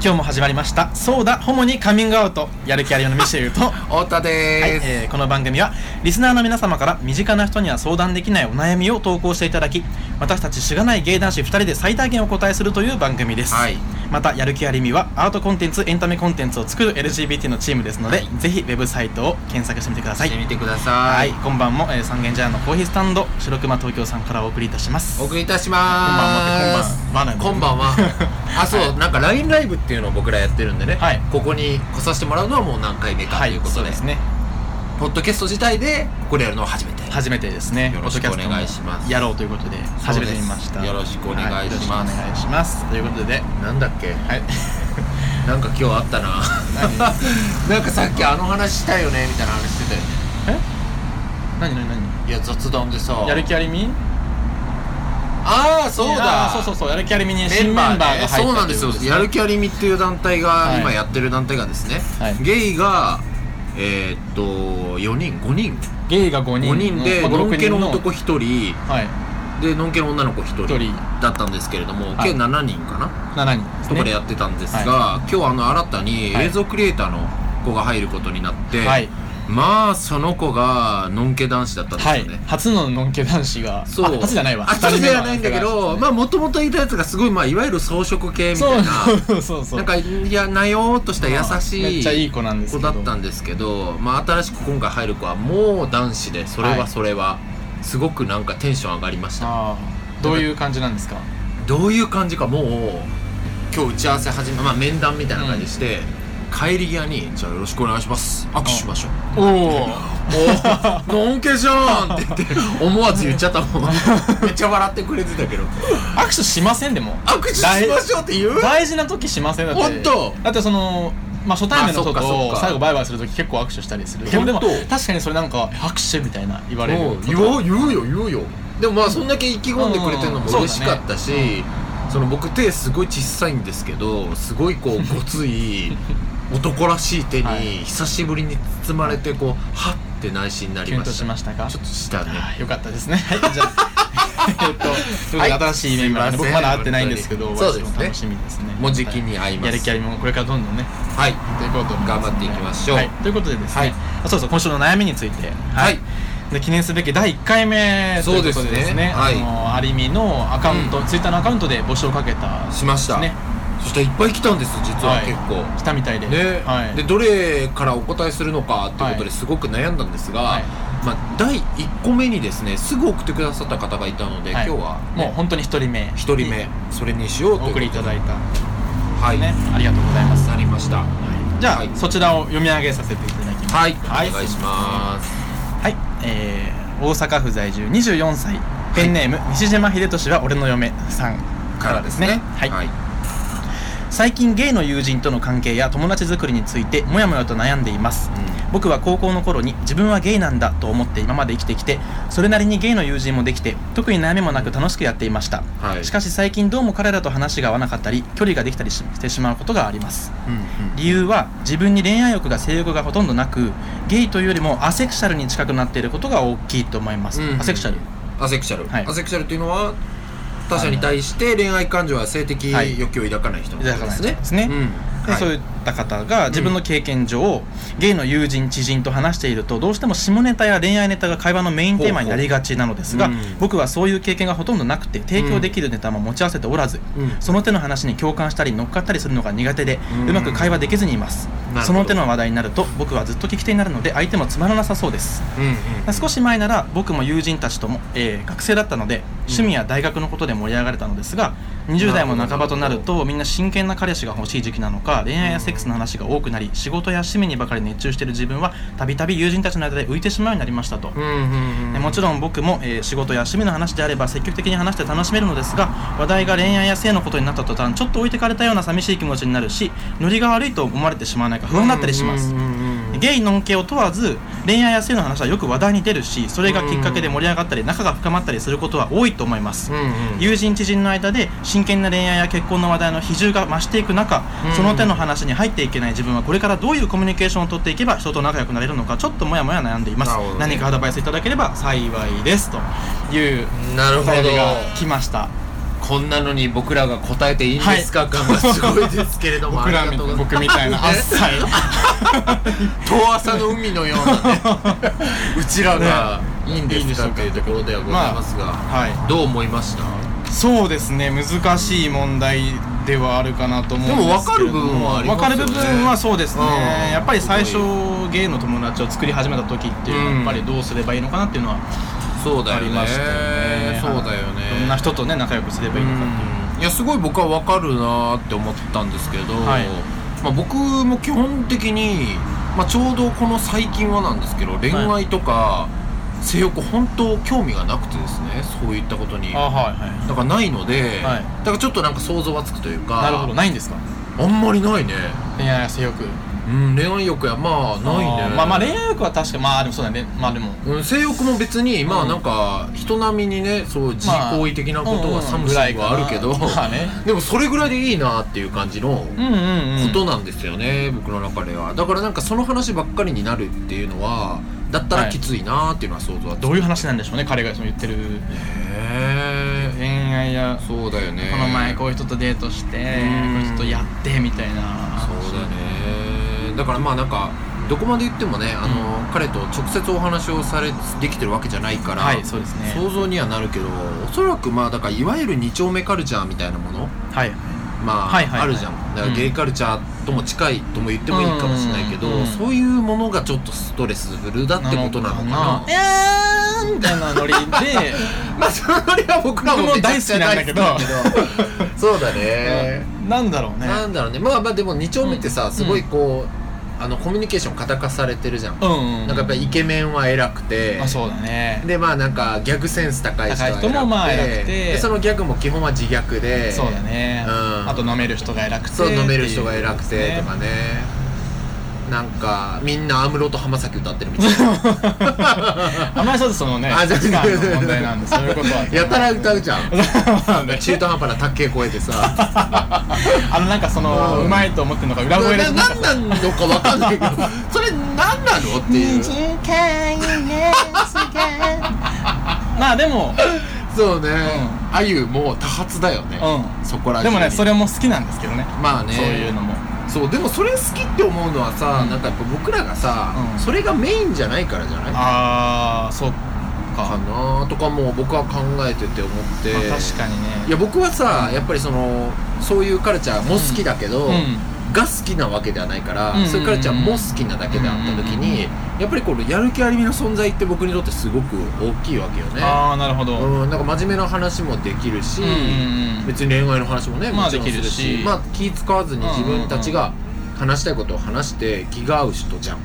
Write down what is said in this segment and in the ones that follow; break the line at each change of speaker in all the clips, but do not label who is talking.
今日も始まりました「そうだホモにカミングアウト」やる気ありのミシェルと、は
太田
い
です、
えーこの番組はリスナーの皆様から身近な人には相談できないお悩みを投稿していただき私たちしがない芸男子2人で最大限お答えするという番組です、
はい
またやる気ありみはアートコンテンツエンタメコンテンツを作る LGBT のチームですので、
はい
ぜひウェブサイトを検索してみてください
してみてくださ
はい
い、
こんばんも、えー、三軒茶屋のコーヒースタンド白熊東京さんからお送りいたします
お送りいたしまーす
こんばんはってこんばんはなんだよね
こんばんはあそう、なんか LINE ライブっていうのを僕らやってるんでね、
はい
ここに来させてもらうのはもう何回目かと
はい
いうことで,、
そうですね
ポッドキャスト自体でここでやるのは初めて
初めてですね
よろしくお願いします
やろうということで始めてみました
よろしくお願
はいよろ
し
くお
ます、
願いしますということで
なんだっけ
はい
なんか今日あったな
何
なんかさっきあの話したいよねみたいな話してたよね
え何何何
いや雑談でさ
やる気ありみ
ああそうだ
あーそうそうそうやる気ありみに
メ
新メ
ン
ンバ
バ
ー
ー
が
ね
入った
そうなんですよ
ということ
やる気ありみっていう団体が、
はい
今やってる団体がですね、
はい
ゲイがえーっと4人5人
ゲイが5
5
人
人で、
まあ
のんけの
5 6
男1人
はい
でのんけの女の子1
1
人
人
だったんですけれども、
はい
計7人かな
7人です
と
ね
かでやってたんですが、今日あの新たに
はい
映像クリエイターの子が入ることになって、
はい
まあその子がのんけ男子だったんですよ
はい
ね、
初ののんけ男子が
そう
あ初じゃないわ
あ初じゃないんだけどまあもともといたやつがすごいまあいわゆる装飾系みたいな
そうそうそう
なんかいやなよーっとした優
まあ
し
めっ
い
ちゃいい子なんです
子
けど
だったんですけど、まあ、新しく今回入る子はもう男子でそれはそれは、すごくなんかテンション上がりました
あーどういう感じなんですか
どういう感じかもう今日打ち合わせ始め、まあ、面談みたいな感じして、帰り際に「じゃあよろしくお願いします握手しましょう」
お お
おおのんけじゃんって言って思わず言っちゃった もんめっちゃ笑ってくれてたけど
握手しませんでも
握手しましょうって言う
大事な時しませんだって
ほんと
だってそのまあ初対面の人
まあそっかそっ
と
か
最後バイバイする時結構握手したりする
ほん
で
と
もでも確かにそれなんか握手みたいな言われる
もう
こと
言おう言うよ言うよでもまあそんだけ意気込んでくれてるのも
うんそうだね
嬉しかったし、その僕手すごい小さいんですけどすごいこうごつい 男らしい手
はい
に久しぶりに包まれてこうはって内心になり
キュン
ま
と
し
したましたか
ちょっとしたね
あーよかったですねはいじゃ あえっとということで
はい
新しいメンバーで僕
すい
ま
ません
だ会ってないんですけど
本当に
私も
そうですね
楽しみですね
もうじきに会います
やる気ありもこれからどんどんね
はい
やっていこうと思いますので
頑張っていきましょう
はいということでですね
はい
あそうそう今週の悩みについて
はい、
で記念すべき第1回目ということで
そうで
です
す
ね
ねはい
あのアリミのアカウント、
う
ツイッターのアカウントで募集をかけた
しました、
ね
そしたらいっぱい来たんです実は
はい
結構、
来たみたいで、
ね
はい、
でどれからお答えするのかっていうこと
はい
ですごく悩んだんですが、
はい
まあ、第1個目にですねすぐ送ってくださった方がいたので、
はい
今日は、ね、
もう本当に1人目
一人目それにしようと
お送りいただ
い
いた、
てはい、
ねありがとうございます
なりました
じゃあ、
はい
そちらを読み上げさせていただきます
はい、
はい
お願いします
はい、えー大阪府在住24歳ペンネーム、西島秀俊は俺の嫁さんからですねはい、
はい
最近ゲイの友人との関係や友達作りについてモヤモヤと悩んでいます僕は高校の頃に自分はゲイなんだと思って今まで生きてきてそれなりにゲイの友人もできて特に悩みもなく楽しくやっていました
はい
しかし最近どうも彼らと話が合わなかったり距離ができたりししてしまうことがあります
うんうん
理由は自分に恋愛欲が性欲がほとんどなくゲイというよりもアセクシャルに近くなっていることが大きいと思います、
うんうん
アセクシャル
アセクシャル、
はい
アセクシャルというのは他者に対して恋愛感情や性的
はい
欲求を抱かない人のことですね
抱かない人ですね
うん
で
はい
そういった方が自分の経験上、ゲイの友人知人と話しているとどうしても下ネタや恋愛ネタが会話のメインテーマになりがちなのですが
ほうほううん
僕はそういう経験がほとんどなくて提供できるネタも持ち合わせておらず、
うん
その手の話に共感したり乗っかったりするのが苦手で、う
うん
まく会話できずにいます
なるほど
その手の話題になると僕はずっと聞き手になるので相手もつまらなさそうです
うんうん
少し前なら僕も友人たちとも、えー学生だったので趣味や大学のことで盛り上がれたのですが20代も半ばとなるとみんな真剣な彼氏が欲しい時期なのか恋愛やセックスの話が多くなり仕事や趣味にばかり熱中している自分はたびたび友人たちの間で浮いてしまうようになりましたと。
うんうんう
え
ん
もちろん僕も、えー仕事や趣味の話であれば積極的に話して楽しめるのですが話題が恋愛や性のことになった途端ちょっと置いてかれたような寂しい気持ちになるしノリが悪いと思われてしまわないか不安になったりします
うんうんうん
ゲイノン系を問わず恋愛や性の話はよく話題に出るしそれがきっかけで盛り上がったり仲が深まったりすることは多いと思います、
うんうん
友人知人の間で真剣な恋愛や結婚の話題の比重が増していく中、
うん
その手の話に入っていけない自分はこれからどういうコミュニケーションを取っていけば人と仲良くなれるのかちょっともやもや悩んでいます、
なるほどね
何かアドバイスいただければ幸いですという
なる
お
ほど
便りが来ました
こんなのに僕らが答えていいんですか、感がすごいですけれども
僕らみたいな僕 みたいな8歳
遠浅の海のようなねうちらがいいんで
いいんですし
か
ょう
っ
か
ていうところではございますが、
は
どう思いました
いそうですね難しい問題ではあるかなと思うんですけれど
でも分かる部分はありますよね
分かる部分はそうですね
うん
やっぱり最初ゲイの友達を作り始めた時っていうのは
うん
やっぱりどうすればいいのかなっていうのは
そうだよ
あり
ね
ましたよね
そうだよね
どんな人とね仲良くすればいいのか
うんいやすごい僕は分かるなーって思ったんですけど、
はい
まあ、僕も基本的に、まあ、ちょうどこの最近はなんですけど恋愛とか性欲本当興味がなくてですねそういったことにだ
はい
か
は
らないので、
は
だ
い
からちょっとなんか想像はつくというか
なるほどないんですか
あんまりないね、
恋愛性欲
うん、恋愛欲やまあない
あー
ね
まあまあ恋愛欲は確かまあでもそうだねまあでも
うん、性欲も別にまあ
うん
なんか人並みにねそう自己行為的なことはサムシングはあるけど、
うんうんぐらいかなまあね
でもそれぐらいでいいなっていう感じの
うんうんうん
ことなんですよね、僕の中ではだからなんかその話ばっかりになるっていうのはだったらきついなっていうのは想像は
どういう
ね
話なんでしょうね彼がその言ってる
え
恋愛や
そうだよね
この前こういう人とデートしてこう
うん
いう人とやってみたいな
そうだねだからまあなんかどこまで言ってもねあの、彼と直接お話をされできてるわけじゃないから、
はいそうですね
想像にはなるけどおそらくまあだからいわゆる二丁目カルチャーみたいなもの
はい
まあ、
はいはいはい
あるじゃんだから
うん
ゲイカルチャーとも近いとも言ってもいいかもしれないけど、
うんうんうん
そういうものがちょっとストレスフルだってことなのかな
えーんみたいなノリで
まあそのノリは僕らも
僕も大好きなんだけど
めちゃくちゃ大好きなんだけど そうだね、
なんだろうね
なんだろうねまあまあでも二丁目ってさ、
うん
すごいこうあのコミュニケーション型化されてるじゃん、
うんうん
なんかやっぱりイケメンは偉くて、
あそうだね
でまあなんかギャグセンス高い人は偉く
高い
て
人もまあ偉くて
でそのギャグも基本は自虐で
そうだね
うん
あと飲める人が偉くて
そう飲める人が偉くてとか
ね
ねなんかみんな安室と浜崎歌ってるみたい な
あんまりそうですそのね
あじゃあ
価値観の問題なん でそういうことは
やたら歌うじ ゃん
そうね
中途半端な高え声で さ
あのなんかその
うん
うまいと思ってるのが裏声
な
で
なんなのかわかんないけ どそれ何なのっていう
まあでも
そうねあゆも多発だよね
う
そこら
で
中に
もねそれも好きなんですけどね
まあね
そういうのも
そうでもそれ好きって思うのはさ、
うん
なんかやっぱ僕らがさ、
うん
それがメインじゃないからじゃないか
ああそうか
なとかも僕は考えてて思って、
まあ確かにね
いや僕はさやっぱりそのそういうカルチャーも好きだけど、
うん
が好きなわけではないから、
うんうんうん
そういうカルチャーも好きなだけであった時に、やっぱりこのやる気ありみの存在って僕にとってすごく大きいわけよね
ああなるほど
うん、なんか真面目な話もできるし、
うんうんうん
別に恋愛の話もね
まあ
もちろん
できるし
まあ気使わずに自分たちが話したいことを話して気が合う人じゃん、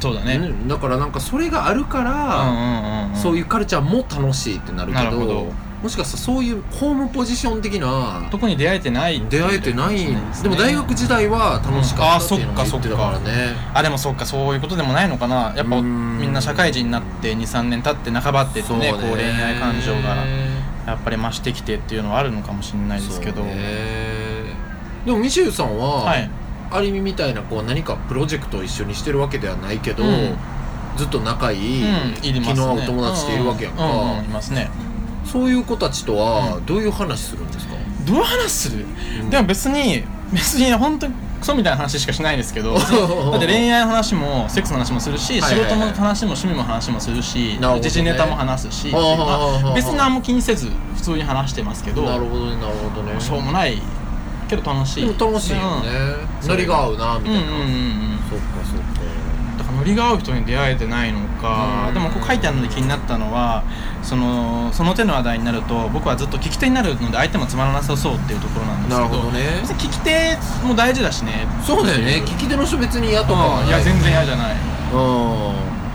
そうだね
うんだからなんかそれがあるか
う
ら、
んうんうん
そう
い
いうカルチャーも楽しいってなるけ
なる
ど
ほど
もしかしたらそういうホームポジション的な
特に出会えてない
出会えてない
そう
で,、
すね
も大学時代は楽しかったっていうの
うん
が
あ
言
そ
っ
ってか
たからね
あでもそうかそういうことでもないのかなやっぱ
う
お
ん
みんな社会人になって23年経って半ばってってねこう恋愛感情がやっぱり増してきてっていうのはあるのかもしれないですけど
そうねでもミシェルさんは、
はい
ある意味みたいなこう何かプロジェクトを一緒にしてるわけではないけど、
うん
ずっと仲いい、
うんいります
気
ね
の合う友達っているわけやんか、
ううんうんいますね
そういう子たちとはどういう話するんですか、
どう話する
うん
でも別に別に本当にクソみたいな話しかしないです けどだって恋愛の話もセックスの話もするし
はいはい
仕
はい
事の話も趣味も話もするし
なるほどね
時事ネタも話すし
はあはあはあはあ
まあ別に何も気にせず普通に話してますけど
なるほどねなるほどね
しょうもないけど楽し
で
い
も楽しいよね、ノリが合うなみ
うん
たいな、
うんうんうん
そっかそっか
だからノリが合う人に出会えてないの
う
か
ん
でもこう書いてあるので気になったのはそのその手の話題になると僕はずっと聞き手になるので相手もつまらなさそうっていうところなんです
なる
けど
ほどね
別に聞き手も大事だしね
そうだよね
聞
聞き手の人別に嫌とかは
うんいや全然嫌じ
ゃん
ゃない、
うん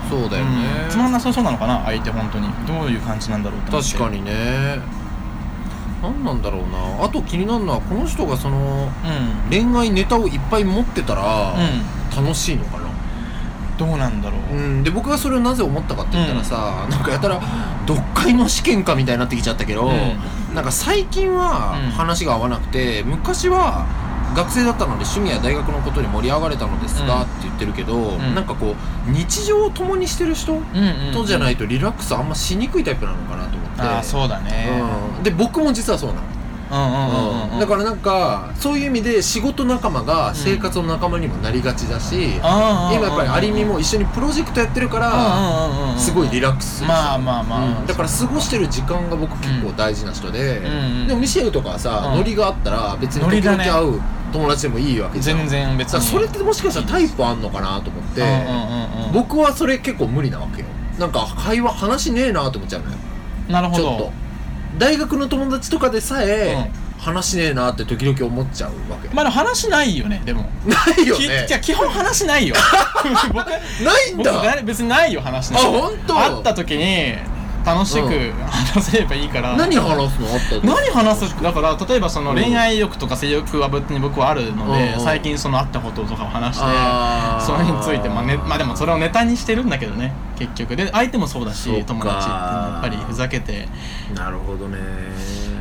そうだよね、
うんつまんなさそうなのかな相手本当にどういう感じなんだろうと思って
確かにね何なんだろうなあと気になるのはこの人がその
うん
恋愛ネタをいっぱい持ってたら楽しいのかな、
うんどうなんだろう、
うん、で僕がそれをなぜ思ったかって言ったらさ、なんかやたら読解の試験かみたいになってきちゃったけど、
うん
なんか最近は
うん
話が合わなくて、昔は学生だったので趣味や大学のことに盛り上がれたのですが
うん
って言ってるけど、
ん
なんかこう日常を共にしてる人
うんうん
とじゃないいとリラックスあんましにくいタイプなのかなと思って、
ああそうだね、
うんで僕も実はそうなの
うんうんうんうん
だからなんかそういう意味で仕事仲間が生活の仲間にもなりがちだし、
あー
今やっぱりアリミも一緒にプロジェクトやってるから
うんうんうんうん
すごいリラックスするし
まあまあまあ
うんだから過ごしてる時間が僕結構大事な人で、
うんうん
でもミシェルとかはさ、
うん
ノリがあったら別に
ノリ
時
だ
々
ね
会う友達でもいいわけじゃん
全然別
だから
に
それってもしかしたらタイプあんのかなと思って、
うんうんうんうん
僕はそれ結構無理なわけよなんか会話話ねえなと思っちゃうのよ
なるほ
ち
ど
ょっと大学の友達とかでさえ、話ねえなって時々思っちゃうわけ、
まあでも話ないよねでも
ないよ
き
ね
じゃあ基本話な いよ僕
ないん
僕
だ
誰別にないよ話なんて
あ本当
会った時に楽し
う
く話せればいいから
何話すのあった
何話すだから例えばその
うん
恋愛欲とか性欲は別に僕はあるの
うん
で
うん
最近そのあったこととかを話して
あー
それについてまあ、ね、まあでもそれをネタにしてるんだけどね結局で相手もそうだし
そっか
友達ってやっぱりふざけて
なるほどね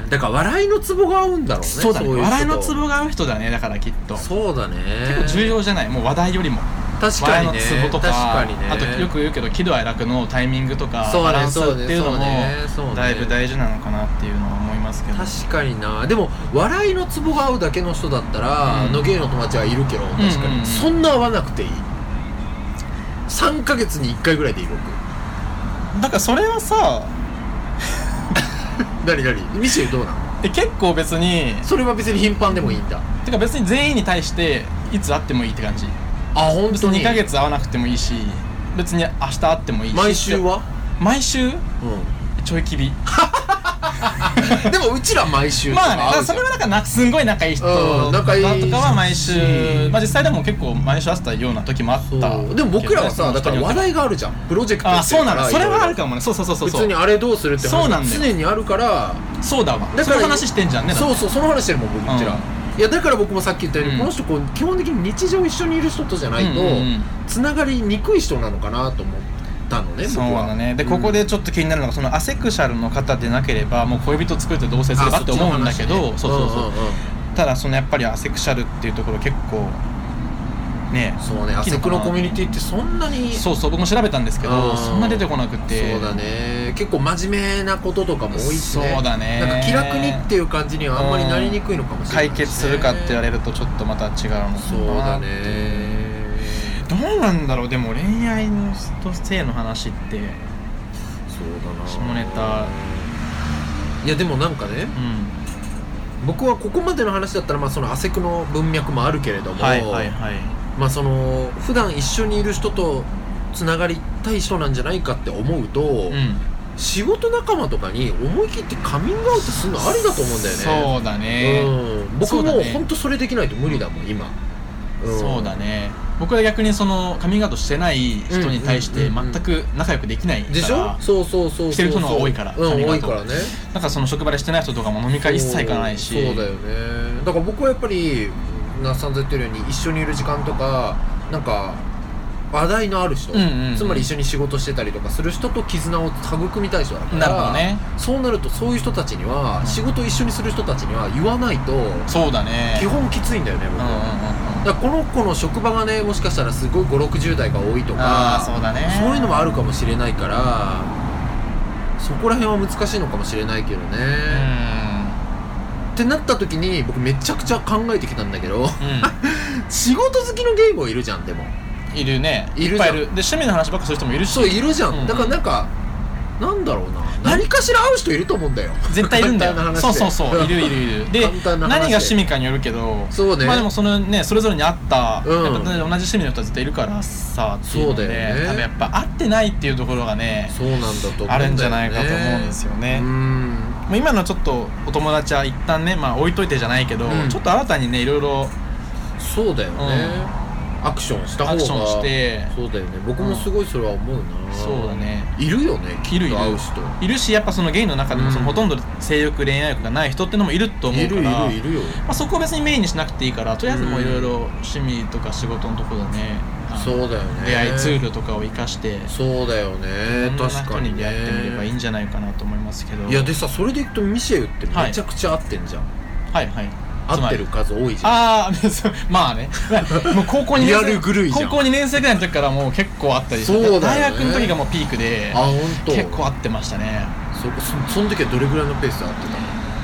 だから笑いのツボが合うんだろうね
そうだ
い
ね
人
笑いのツボが合う人だねだからきっと結
そうだね
構重要じゃないもう話題よりも
確か
笑
に
いの
ね
ツボとか
確かにね
あとよく言うけど喜怒哀楽のタイミングとか
そうね
バランス
そう
っ
ね
ていうの
そう
も
ねそうね
だいぶ大事なのかなっていうのは思いますけど
確かになでも笑いのツボが合うだけの人だったら、
うん
の芸の友達はいるけど確かに、
うんうんうん
そんな合わなくていい3ヶ月に1回ぐらいでいい僕
だからそれはさ
何何ミシェルどうなの
で結構別に
それは別に頻繁でもいいんだ
てか別に全員に対していつ会ってもいいって感じ
あ本
別
当
に2
に
ヶ月会わなくてもいいし別に明日会ってもいいし
毎週は
毎週
う
ちょいきび
んでもうちら毎週
まあね
会う
だから
じ
そ
ゃん
れはなんかなすんごい仲いい人
うん
と
仲
か
いいし
とかは毎週まあ実際でも結構毎週会ってたような時もあった
そうでも僕らはさだ
けど
から話題があるじゃんプロジェクトや
あ
ってる
そうなのそれはある
も
かもねそうそうそうそうそ
別に
う
あれどうするって
そうなん
話
だよ
常にあるから
そうだわ
だ
そ
から
の話してんじゃんねだって
そうそうその話してるもん僕うちら、
うん
いやだから僕もさっき言ったように、
うん
この人こう基本的に日常一緒にいる人とじゃないと、
うんうんうん
つながりにくい人なのかなと思ったのね僕
そう
は
だねでここでちょっと気になるのがそのアセクシャルの方でなければもう恋人作って同棲すればって思うんだけどそうそうそうただそのやっぱりアセクシャルっていうところ結構ね
そうそうねアセクのコミュニティってそんなに
そうそう僕も調べたんですけ
う
ど
ん
そんな出てこなくて
そうだね結構真面目なこととかも多いしね
そうだね
なんか気楽にっていう感じにはあんまりなりにくいのかもしれないしね、
解決するかって言われるとちょっとまた違うのかな
そうだね
どうなんだろうでも恋愛のと性の話っ
そ
て
うだな
下ネタ
いやでもなんかね
うん
僕はここまでの話だったらまあそのアセクの文脈もあるけれども、
はいはいはい
まあその普段一緒にいる人とつながりたい人なんじゃないかって思うと、
うん
仕事仲間とかに思い切ってカミングアウトするのありだと思うんだよね
そうだね
うん、僕
そうだ
もう
ね
本当それできないと無理だもん今、ん
そうだね僕は逆にそのカミングアウトしてない人に対し
うん
て
うんうんうん
全く仲良くできないから
でしょそうそうそうそう
してる人の方が多いから
うん
髪
多いか
型
らね
だからその職場でしてない人とかも飲み会一切行かないし
そうそうだよねだから僕はやっぱり那須さんと言ってるように一緒にいる時間とかなんか話題のある人、
うんうんうん
つまり一緒に仕事してたりとかする人と絆を育みたい人だから
なるほどね
そうなるとそういう人たちには、
うん
仕事一緒にする人たちには言わないと
そうだね
基本きついんだよね
う
僕
んうんうん
は、
うん
だからこの子の職場がねもしかしたらすごい560代が多いと
あ
か
あそうだね
そういうのもあるかもしれないからそこら辺は難しいのかもしれないけどね、ってなった時に僕めちゃくちゃ考えてきたんだけど
う
仕事好きのゲームいるじゃんでも
んいるね
いる
っ
じゃ
ぱ
ん
いいるで趣味の話ばっかする人もいるし
そういるじゃん、
うん
だからなんかなんだろうな何かしら会う人いると思うんだよ
絶対いるんだよ
簡 単な話で
そうそうそういるいるいるで
簡単な
何
話
が
で
趣味かによるけど
そうね
まあでもそのねそれぞれに合った、
うん
やっぱ同じ趣味の人は絶対いるからさっていうの
そう
で
だよね
多分やっぱ合ってないっていうところがね
そうなんだと思うんだよ、ね、
あるんじゃないかと思うんですよね
うん
まあ今のはちょっとお友達は一旦ねまあ置いといてじゃないけど、
うん
ちょっと新たにねいろいろ
そうだよね、アクションした方が
アクションして
そうだよね僕もすごいそれは思うな、
そうだね
いるよねき
い
っ
るい
と
る
会う人
いるしやっぱそのゲイの中でもその
うん
ほとんど性欲恋愛欲がない人ってのもいると思
いう
か
るいる
ら
いるよ
まあ、そこを別にメインにしなくていいからとりあえずもういろいろ趣味とか仕事のところでねあの
そうだよね
出会いツールとかを生かして
そうだよね
いろんな
確
人
かに
に出会ってみればいいん
ね
じゃないかなと思いますけど
いやでさそれでいくとミシェルって
はい
めちゃくちゃ合ってんじゃん、
はいはいつ
合っ
ま
て
り
る数多いじゃん
ああそうま あねもう高校2年
リア
生
ル狂いじゃん
高校2年生ぐらいの時からもう結構あったりして
そうだよね
大学の時がもうピークで
あ本当
結構合ってましたね
そそその時はどれぐらいのペースで合ってたの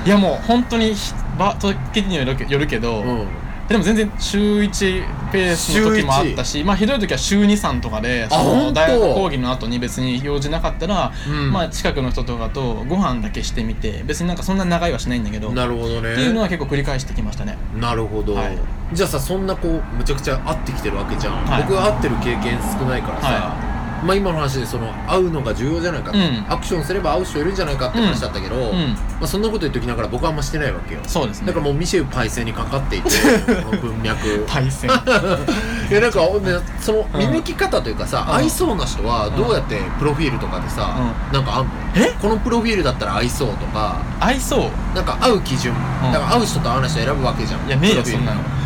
いいやもう本当にひ場時によるけよるけど、
うん
でも全然週1ペースの時もあったし、まあ、ひどい時は週23とかで
あ
そ
ほ
の
んと
大学講義の後に別に用事なかったら、
うん
まあ、近くの人とかとご飯だけしてみて別になんかそんな長いはしないんだけど
なるほどね
っていうのは結構繰り返してきましたね
なるほど、
はい
じゃあさそんなこうむちゃくちゃ会ってきてるわけじゃん、
はい
僕は会ってる経験少ないからさ、まあ今の話でその会うのが重要じゃないかって、
うん
アクションすれば会う人いるんじゃないかって話だったけど、
うん
まあ、そんなこと言っときながら僕はあんましてないわけよ
そうですね
だからもうミシェルパイセンにかかってい てこの文脈
対戦
いやなんかねその
うん
見抜き方というかさ、
うん
合いそうな人はどうやってプロフィールとかでさ、なんかあんの
え
このプロフィールだったら合いそうとか
合いそう
なんか合う基準、だから合う人と合わない人選ぶわけじゃん
いやねえよ
プロフィー
そ
ル
んなの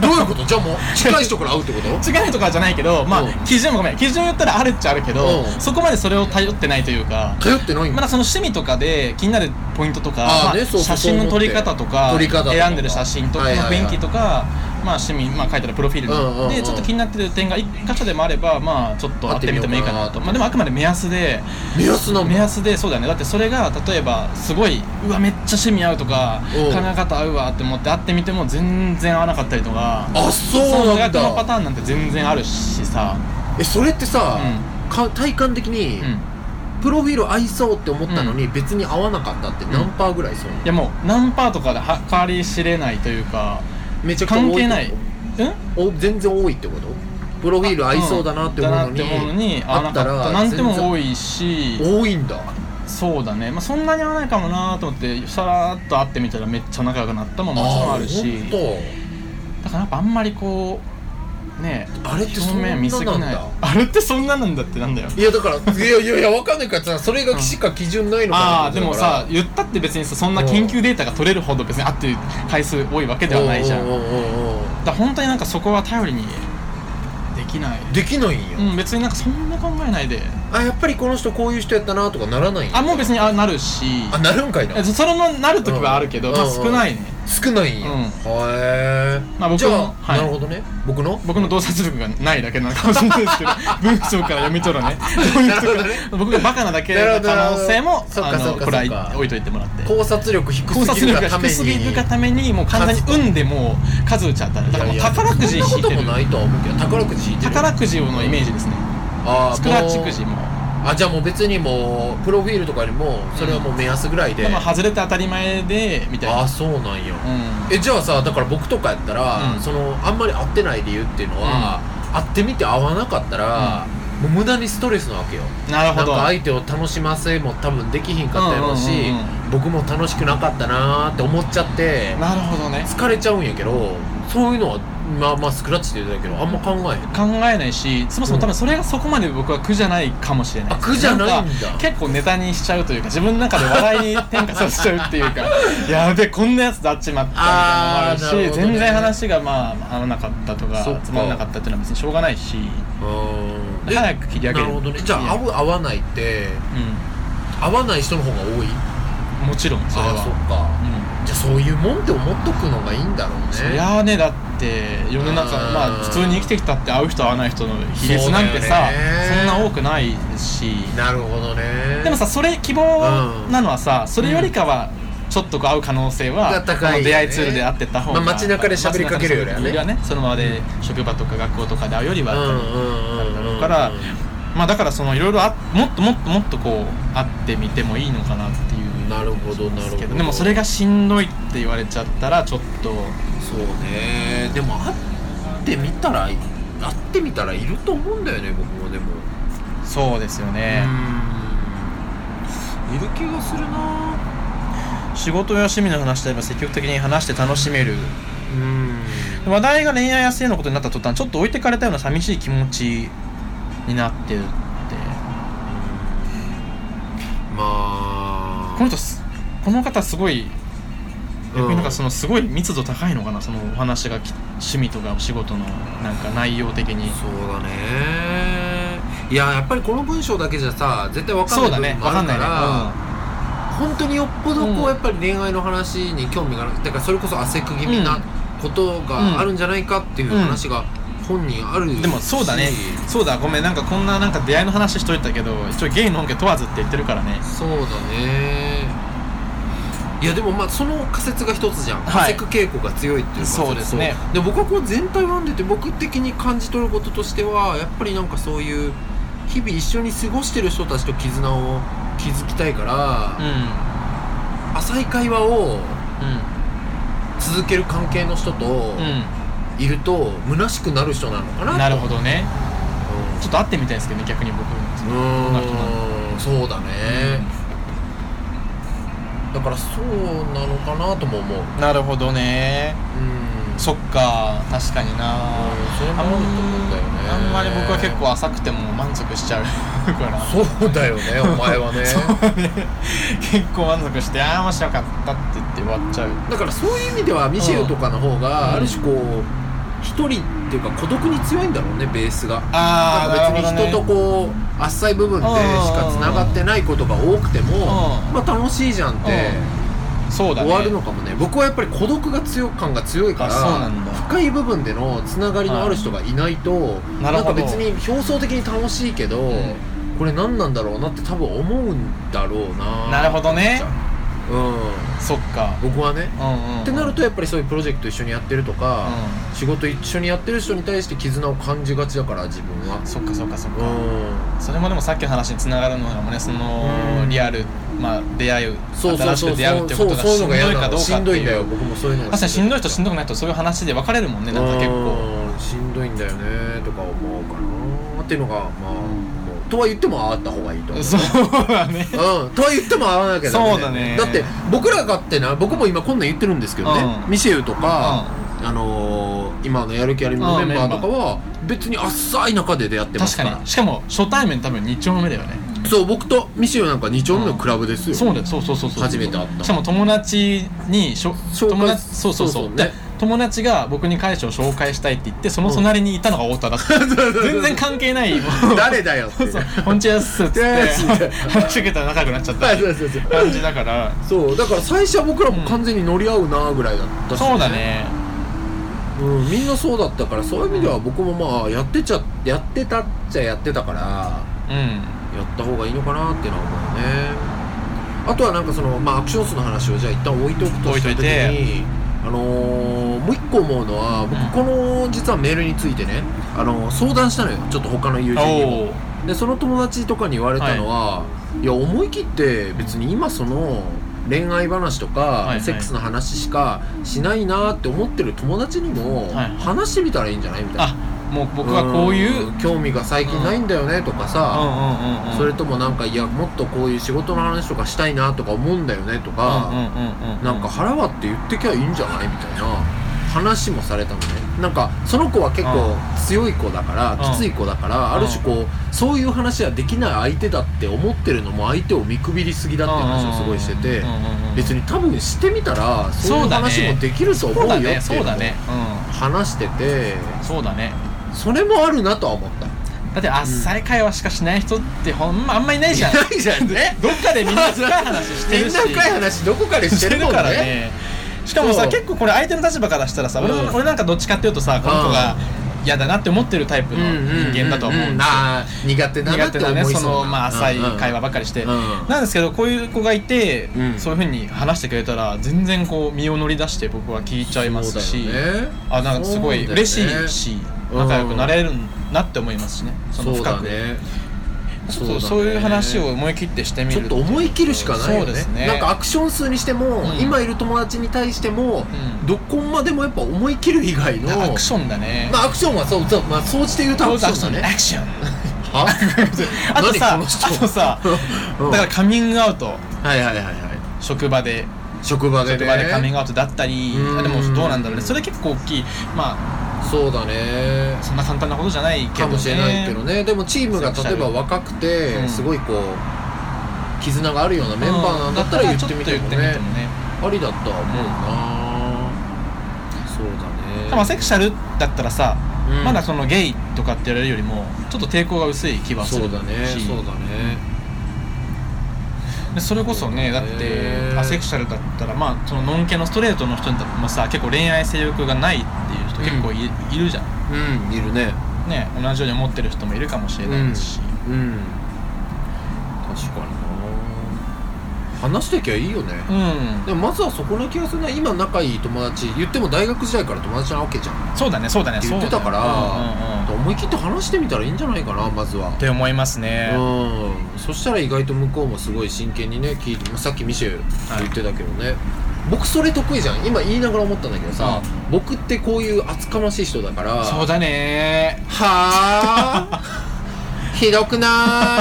どういうことじゃあもう近い人から会うって こと
違いとかじゃないけどま
うん
あ基準もごめん基準言ったらあるっちゃあるけど
うん
そこまでそれを頼ってないというか
頼ってないん
ま
だ
だその趣味とかで気になるポイントとか
あーね
まあ
そうそう
写真の撮り方とか
撮り方とか
選んでる写真とか、
はいはいはい
まあ雰囲気とか、まあ、趣味、まあ、書いてあるプロフィール
うんうんうん
でちょっと気になってる点が一箇所でもあれば、まあ、ちょっと会ってみてもいいか
会ってみようか
なと
なと
まあ、でもあくまで目安で
目安なん
目
だ
安でそうだよねだってそれが例えばすごいうわめっちゃ趣味合うとか
うん
考え方合うわって思って会ってみても全然合わなかったりとか
あそ
そうの
なん
逆のパタ
だ
ーンなんて全然あるしさ、
えそれってさ、
う
か体感的に、
うん、
プロフィール合いそうって思ったのに、別に合わなかったって何パーぐらいそうなの
いやもう何パーとかで計り知れないというか
めちゃくちゃ多いってこと
関係ないうん
お全然多いってことプロフィール合いそうだなって思うのに,、
だなって思うのに合わなか
あ
っ
った
た
ら
なんても多
い
いし
多いんだ
そうだね、まあ、そんなに合わないかもなと思ってさらっと会ってみたらめっちゃ仲良くなったももちろんあるし
あほ
だからやっぱあんまりこうね
んとあれって
表
そんな
面見すぎ
なん
ない
だ
あれってそんななんだってなんだよ
いやだからいやいやいやわかんないからさそれがしか基準ないのかな
ああでもさ言ったって別にさそんな
うん
研究データが取れるほど別に会ってる回数多いわけではないじゃん
おうおうおうおう
だから本当になんかそこは頼りにできない
できないんや、
うん別になんかそんな考えないで
あやっぱりこの人こういう人やったなとかならないんや
あもう別にあなるし
あなるんかいな
えそれもなる時はあるけど、
うん
まあ
うん
少ないね、
少ないんや、
うん
へえ、
まあ僕も
じゃあ、
はい
なるほどね僕の
僕の洞察力がないだけなのかもしれないです けど文章から読み取るねどういう
なる
人
ほど
か
ね
僕がバカなだけの可能性も
なるほどなるほどそっかそっ
あ
か
の
そっか
これは置いといてもらって
考察力低
考
す
察
ぎる
力
が
が
ため
低
に
すぎるがためにもう完全に運でもう数打っちゃったねだからもう
いやいや
宝くじ引
そ
い
んな
て
こと
る
ないとは思うけど宝くじ引いてる
宝くじをのイメージですね
あー
スクラッチくじ
もう
も
あじゃあもう別にもうプロフィールとかよりもそれはもう目安ぐらいで、
でも外れて当たり前でみたい
あ
な
あそうなんや、
うん
えじゃあさだから僕とかやったら、
うん
そのあんまり合ってない理由っていうのは、会ってみて合わなかったら、もう無駄にストレスなわけよ
なる
な
ほ
ん
ど
か相手を楽しませも多分できひんかったやろうし、
うんうんうん
僕も楽しくなかったなーって思っちゃって
なるほどね
疲れちゃうんやけどそういうのはまあまあスクラッチで言うだけどあんま考えへん
考えないしそもそも多分それがそこまで僕は苦じゃないかもしれない
あ苦じゃないんだ
か結構ネタにしちゃうというか自分の中で笑いに転換させちゃうっ ていうかやべこんなやつであっちまったみたいなのもあるし
あーなるほどね
全然話がまあ合わなかったとか
そっか
つまんなかったっていうのは別にしょうがないし
うん
早く切り上げ
な
る
るほどねじゃあ合う合わないって
う
合わない人の方が多い
んもちろんそれ
あーそっ
はう
か
ん
じゃあそういうもんって思っとくのがいいんだろうね
そりゃあねだって世の中
うん
まあ普通に生きてきたって会う人会わない人の比率なんて
そうだ
さ
よね
そんな多くないですし
なるほどね
でもさそれ希望なのはさ、それよりかはちょっとこう会う可能性は、
が高い
こ
よね
の出会いツールで会ってった方が、
まあ街中で喋りかけるよりはね
街中で喋りかけるその場で職場とか学校とかで会うより
う
は、
んうんうんうんうん
だからまあだからそのいろいろあもっともっともっとこう会ってみてもいいのかなっていう
なるほどなるほ
け
ど
どでもそれがしんどいって言われちゃったらちょっと
そうねでも会ってみたら会ってみたらいると思うんだよね僕もでも
そうですよね、
うんいる気がするな
仕事や趣味の話であれば積極的に話して楽しめる
うん
話題が恋愛や性のことになった途端ちょっと置いてかれたような寂しい気持ちになってるって
まあ
この人すこの方すごい逆になんかそ
の
のすごい密度高いのかなそのお話がき趣味とかお仕事のなんか内容的に
そうだねいややっぱりこの文章だけじゃさ絶対わかんないう
そ
部
だ
分
ね
も
わか
あ
ん
る
な
か
いね
ら本当によっぽどこう、
うん
やっぱり恋愛の話に興味があるだからそれこそ汗く気味なことがあるんじゃないかっていう話が本人あるし、
うんでもそうだねそうだごめんなんかこんななんか出会いの話しといたけど一応ゲイの本家問わずって言ってるからね
そうだねいやでもまあその仮説が一つじゃん、
はい
仮説傾向が強いっていう仮説と
そうですね
で僕はこう全体を読んでて僕的に感じ取ることとしてはやっぱりなんかそういう日々一緒に過ごしてる人たちと絆を築きたいから、
う
浅い会話を
ん
続ける関係の人と
うん
いると虚しくなる人なのかな
うん
と
なるほどね
うん
ちょっと会ってみたいですけどね逆に僕
う
どんな人な
ーんそうだね、だからそうなのかなとも思う
なるほどね
うん
そっか確かにな
それもあると思うんだよね
あんまり僕は結構浅くても満足しちゃう から
そうだよねお前はね
そうね結構満足してああ面白かったって言って終わっちゃう
だからそういう意味ではミシェルとかの方
うん
がある種こう一人っていうか孤独に強いんだろうねベースが
あ
なんか別に人と
ね
こうあっさい部分でしかつながってないことが多くても
うん
まあ楽しいじゃんって
そうだ
終
ね
わるのかもね僕はやっぱり孤独が強感が強いか
あそうな
ら
んだ
深い部分でのつながりのある人がいないと
いな
なん
るほ
か
ど
別に表層的に楽しいけど
ん
これ何なんだろうなって多分思うんだろうな
なるほどね
うん
そっか
僕はね
うんうんうん
ってなるとやっぱりそういうプロジェクト一緒にやってるとか、仕事一緒にやってる人に対して絆を感じがちだから自分は
うんそっかそっかそっ
う
か
ん
それもでもさっきの話につながるのがねその
うん
リアルまあ出会う
そうそう
新し
そうそ
く
う
出会うってことが
そう
し
そう
んどい
いうのが嫌
か
な
ど
の
う
し
かっ
ん
て
どいんだ
い
よ
う
僕もそういうのが
確かにしんどい人しん
ど
どくない人そういう話で分かれるもんねなんか結構
うんしんどいんだよねとか思うかなっていうのがまあ思うとは言ってもあった方がいいと思う
そうだ ね
うん、とは言っても合わなきゃダメ
そうだね
だって僕らがってな僕も今こんなん言ってるんですけどね、
うん
ミシェルとか、あのー今のやる気ありみのメンバーとかは別に浅い中で出会ってます
確
から
かにしかも初対面多分2丁目だよね
そう僕とミシェルなんか2丁目のクラブですよ、
そうだよそうそうそうそう
初めて会った
しかも友達にしょ
紹介
友達そうそうそ
そ
う
うそうね
で友達が僕に彼氏を紹介したいって言ってその隣にいたのが太田だった、全然関係ないも う
誰だよって
そうそう「こんにちはっす」っつって
マジで
話しかけたら仲良くなっちゃっ
はい
た
そうそうそう
感じだから
そうだから最初は僕らも完全に乗り合うなぐらいだったし、
そうだ、ね
うん、みんなそうだったからそういう意味では僕もまあやってちゃやってたっちゃやってたから
うん
やった方がいいのかなっていうのは思うねあとはなんかその、まあ、アクション数の話をじゃあ一旦置いとくと
置い
した
とい
時
て
にあのーもう一個思うのは僕この実はメールについてね、あのー相談したのよちょっと他の友人にも
おお
でその友達とかに言われたのは、い、や思い切って別に今その恋愛話とか、
いはい
セックスの話しかしないなって思ってる友達にも、
はい
話してみたらいいんじゃないみたいな
あもう僕はこういううんうんうん
ん興味が最近ないんだよねとかさ、
うん
それともなんかいやもっとこういう仕事の話とかしたいなとか思うんだよねとか、
うんうんうんうん
なんか腹割って言ってきゃいいんじゃないみたいな話もされたのねなんかその子は結構強い子だから、
うん
きつい子だから、ある種こうそういう話はできない相手だって思ってるのも相手を見くびりすぎだっていう話をすごいしてて、
うんうんうんうん
別に多分してみたらそういう
そうだね
話もできると思
そう
うよ
だ
ってい
ね
う
そうだね
話してて
うんそうだね
それもあるなとは思った。
だってあっさり会話しかしない人ってほんまあんまいないじゃん
い ないじゃんね
どっかでみんな深い話して
み
る
ん
し
な深い話どこかでしてるもんね
からねしかも
そ
さ
う
結構これ相手の立場からしたらさ、俺
うん
俺なんかどっちかっていうとさこの子が嫌だなって思ってるタイプ
う
の人間だと思うんですよ
あー苦手だな
苦
っ
手
て
だ
思
ね
いそう
そ
な
のまあ浅い会話ばっかりして、
うん
なんですけどこういう子がいて、
うん
そういうふうに話してくれたら全然こう身を乗り出して僕は聞いちゃいますし、
そうだよね
あなんかすごい嬉しいし、
うん
仲良くなれるなって思いますしねその
そう
深
だ
く
ね
ちょ
そう
っ
だね
とそういう話を思い切ってしてみ
ちょ
る
っと思い切るしかないよ
そ
ね
うですね
なんかアクション数にしても、
うん
今いる友達に対しても、
うん
どこまでもやっぱ思い切る以外の
アクションだね、
まあアクションはそうそうまあ総じて言うとアクションだ
ア
ね
クション
は
あとさ
何この人
あとさ
うん
だからカミングアウト
はいはいはいはい
職場で
職場でね
職場でカミングアウトだったり
うん
あでもどうなんだろうねそれ結構大きいまあ
そうだね
そんな簡単なことじゃないけどね
かもしれないけどねでもチームが例えば若く
う
て
ん
すごいこう絆があるようなメンバーなんだったら言ってみても
うんだったら
ね
ちょっと言ってみてもね
ありだとは思うなそう
で
だ
も
ね
セクシャルだったらさ、
うん
まだそのゲイとかって言われるよりもちょっと抵抗が薄い気はする
そ
し
うだねそうだね
でそれこそねだっ
へ
て
ー
アセクシャルだったらまあそのノンケのストレートの人にもさ結構恋愛性欲がないっていう人結構い,、いるじゃん
うんいるね
ね同じように思ってる人もいるかもしれないし、
うん確かにな話してきゃいいよね、
うん
でもまずはそこな気がするな今仲いい友達言っても大学時代から友達なわけじゃん
そうだねそうだね
って言ってたから
そうだねうんうんうん
思い切って話してみたらいいんじゃないかなまずは
って思いますね、
うんそしたら意外と向こうもすごい真剣にね聞いてさっきミシェル言ってたけどね、僕それ得意じゃん今言いながら思ったんだけどさ、僕ってこういう厚かましい人だから
そうだね
はあ ひどく な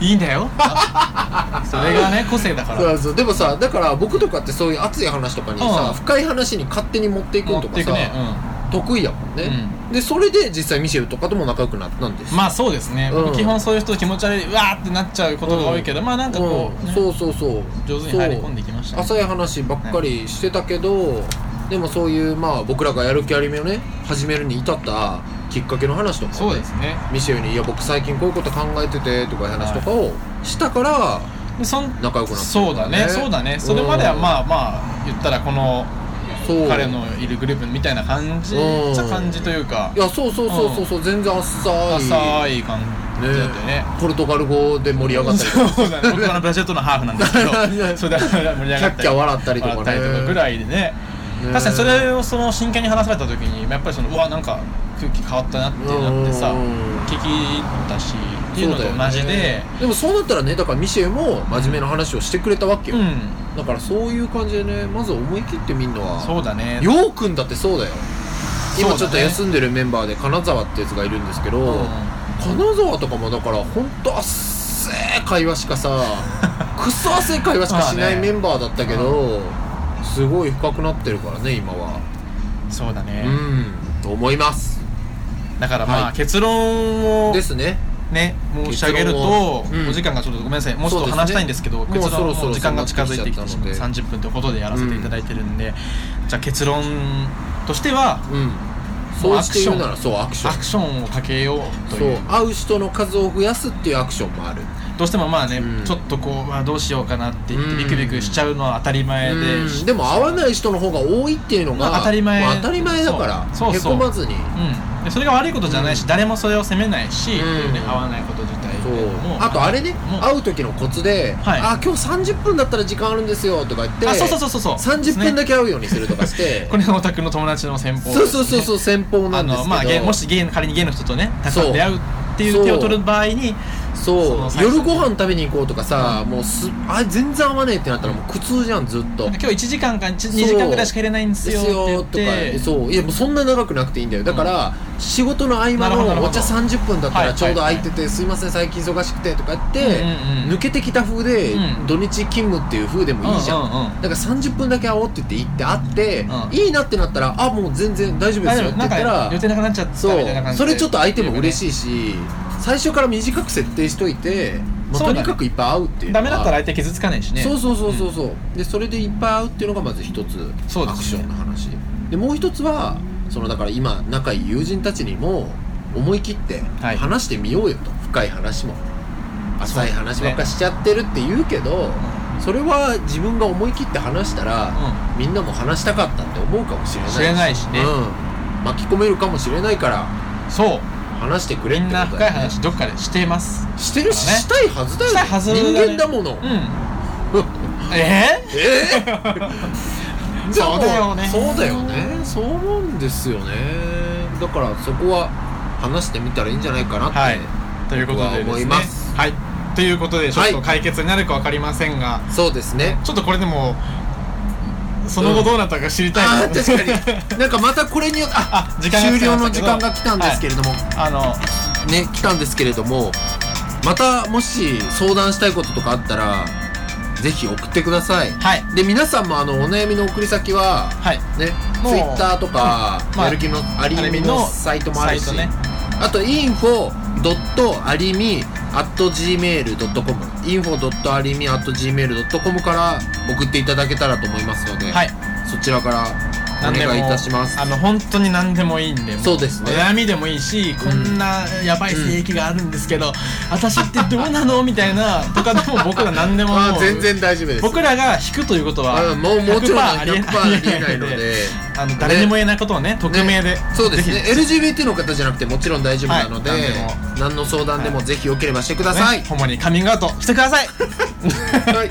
い
いいんだよ それがね個性だから
そうそうでもさだから僕とかってそういう熱い話とかにさ、
うん
深い話に勝手に持っていく
持
の
っ
と
て
か
い
さ、
くね、
得意やもん
う
ね
ん、
でそれで実際ミシェルとかとも仲良くなったんです
うんまあそうですね、
うん
僕基本そういう人気持ち悪いうわーってなっちゃうことが多いけど、まあなんかこう、
うん
ね
そうそうそう
上手に入り込んでいきましたね
浅い話ばっかりしてたけど、でもそういうまあ僕らがやる気ありめをね始めるに至ったきっかけの話とか、ね、
そうですね
ミシェルに「いや僕最近こういうこと考えてて」とかいう話とかをしたから
でそん
仲良くなった、
そうだねそうだねそれまではまあまあ言ったらこの
あそう
彼のいるグループみたいな感じ
うん
じゃ感じというか
いやそうそうそうそうそう、全然浅い
浅い感じだったよね
ポルトガル語で盛り上がったりとか
そうだね僕はあのブラジルとのハーフなんですけ
いや
どそれで盛り上がったり
キャッキャ笑ったりとかね
笑ったりとかぐらいでね
ね
確かにそれをその真剣に話された時にやっぱりそのうわなんか空気変わったなってなってさ
うん
聞きたしっていうのと
そうだ
同
よね
じで
でもそうなったらねだからミシェルも真面目な話をしてくれたわけ
う
よ、
ん
だからそういう感じでねまず思い切ってみんのは
そうだね
ようくんだってそうだよ今
そうだね
ちょっと休んでるメンバーで金沢ってやつがいるんですけど、
うん
金沢とかもだからほんとあっせえ会話しか さくそあっせえ会話しかしな
まあ
い
ね
メンバーだったけど、すごい深くなってるからね今は
そうだね
うんと思います
だからま
は
あ
い
結論を
ですね
ね申し上げる
結論
と
をうん
お時間がちょっとごめんなさいもうちょ
そ
っ
うです
と
ね
話したいんですけど
もう
結
そろ
論
そろ
もう時間が近づいてきてしまっ
そんな
て
なって
30分ということでやらせていただいてるんでじゃあ結論としては
うん
も
そうう
アク
して
ション
言うならそうアクション
アクションをかけようと
そ
いうう
会う人の数を増やすっていうアクションもある
どうしてもまあね
うん
ちょっとこううわどうしようかなって言っ
う
て
ん
ビクビクしちゃうのは当たり前で
うんでも会わない人の方が多いっていうのが、
まあ当たり前
まあ当たり前だから
そうそうそう
へこまずに
うんでそれが悪いことじゃないし
うん
誰もそれを責めないし
うん
ね合わないこと自体
そう
も
あとあれね
もう
会う時のコツで「
はい
あ今日30分だったら時間あるんですよ」とか言って
あそうそうそうそうそう
30分だ
け
け会うようにするとかして
これがお宅の友達の先方
そうそうそうそう戦法な
あ
んです
の
けど
まあ、ゲイもしゲイ仮にゲイの人とねたくさ
そうん
出会うっていう手を取る場合にそ
そ
の
う
最初
夜ご飯食べに行こうとかさ、もうすあ全然会わねえってなったらもう苦痛じゃんずっと
今。日1時間か2時間ぐらいしか入れないんです
です
よ
よ
っ
と
て言って
かそういやもうそんな長くなくていいんだよだから、仕事の合間
なるほどなる
の
ほ
お
ど
茶30分だった
はいは
ら
い
ちょうど空いてて「すいません最近忙しくて」とか言って、
うんうんうん
抜けてきた風で、
うん
土日勤務っていう風でもいいじゃん,、
うんうんうん
だから30分だけ会おうって言って行って会って、
うん
いいなってなったら「あもう全然大丈夫で
大
す
丈
よ」って言っ
夫なん
たら
か予定なくなっちゃったみ
そう
たいな感じ
それちょっと相手も嬉
い
しいし最初から短く設定しといて、まあ
そう
と
だね
にかくいっぱい会うっていうの
ダ
は
メだったら相手傷つかないしね
そうそうそうそうそう、でそれでいっぱい会うっていうのがまず一つ
そう
ア
で
クシ
すね
ョンの話でもう一つはそのだから今仲いい友人たちにも思い切って
はい
話してみようよと、深い話も
そう
浅
で
い
すね
話ばっかしちゃってるって言うけどそれは自分が思い切って話したら、みんなも話したかったって思うかもしれない
知れないしね
うん、巻き込めるかもしれないから
うんそう
話してくれ
み
って
ん
ことだよ
な
ね
深い話どっかでしています
してるし、
ね
したいはずだよ
したいはずだね
人間だもの、
うんえー
えーじゃあも
そうだよね
そうだよねそう思うんですよねだからそこは話してみたらいいんじゃないかなって、
はいということで
僕は
で
思い
すね
ます
はいということでちょっ
は
と
い
解決になるかわかりませんが
そうですね
ちょっとこれでもその後どうなったか知りたいな、
あー確かになんかまたこれによってあ
あ時間が
終
来ましたけど
了の時間が来たんですけれども、
あの
ね来たんですけれどもまたもし相談したいこととかあったらぜひ送ってください
はい
で皆さんもあのお悩みの送り先は
はい
ね
もう
Twitter とか、
うんまあ
やる気のありみのサイトもあるし
サイトね
あと info.arimi.gmail.com info.arimi.gmail.com から送っていただけたらと思いますので、
はい
そちらからお
何でも
願いいたします
あの本当に何でもいいんでも
そうですね
悩みでもいいしこんなやばい性癖があるんですけど、私ってどうなのみたいなとかでも僕ら何でも
あ
も
ー
う
全然大丈夫です
僕らが引くということは
うんもうもちろん
100%ありえ
100%ありえないので
あの誰にも言えないことをね匿名で、
そうですね
ぜ
LGBT の方じゃなくてもちろん大丈夫なので,、
はい
何の相談でもぜひよければしてくだ
ひ
さい、
ね、ホモにカミングアウトしてください
はい
はい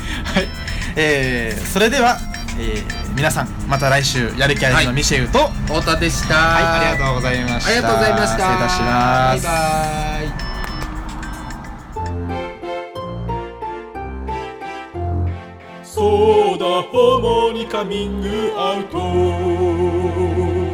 えーそれでは、えー皆さんまた来週やる気ありのミシェウと、はい
太田でした、
ありがとうございました
ありがとうございました
失礼いたします
バイバイ
そうだ、ホモにカミングアウト。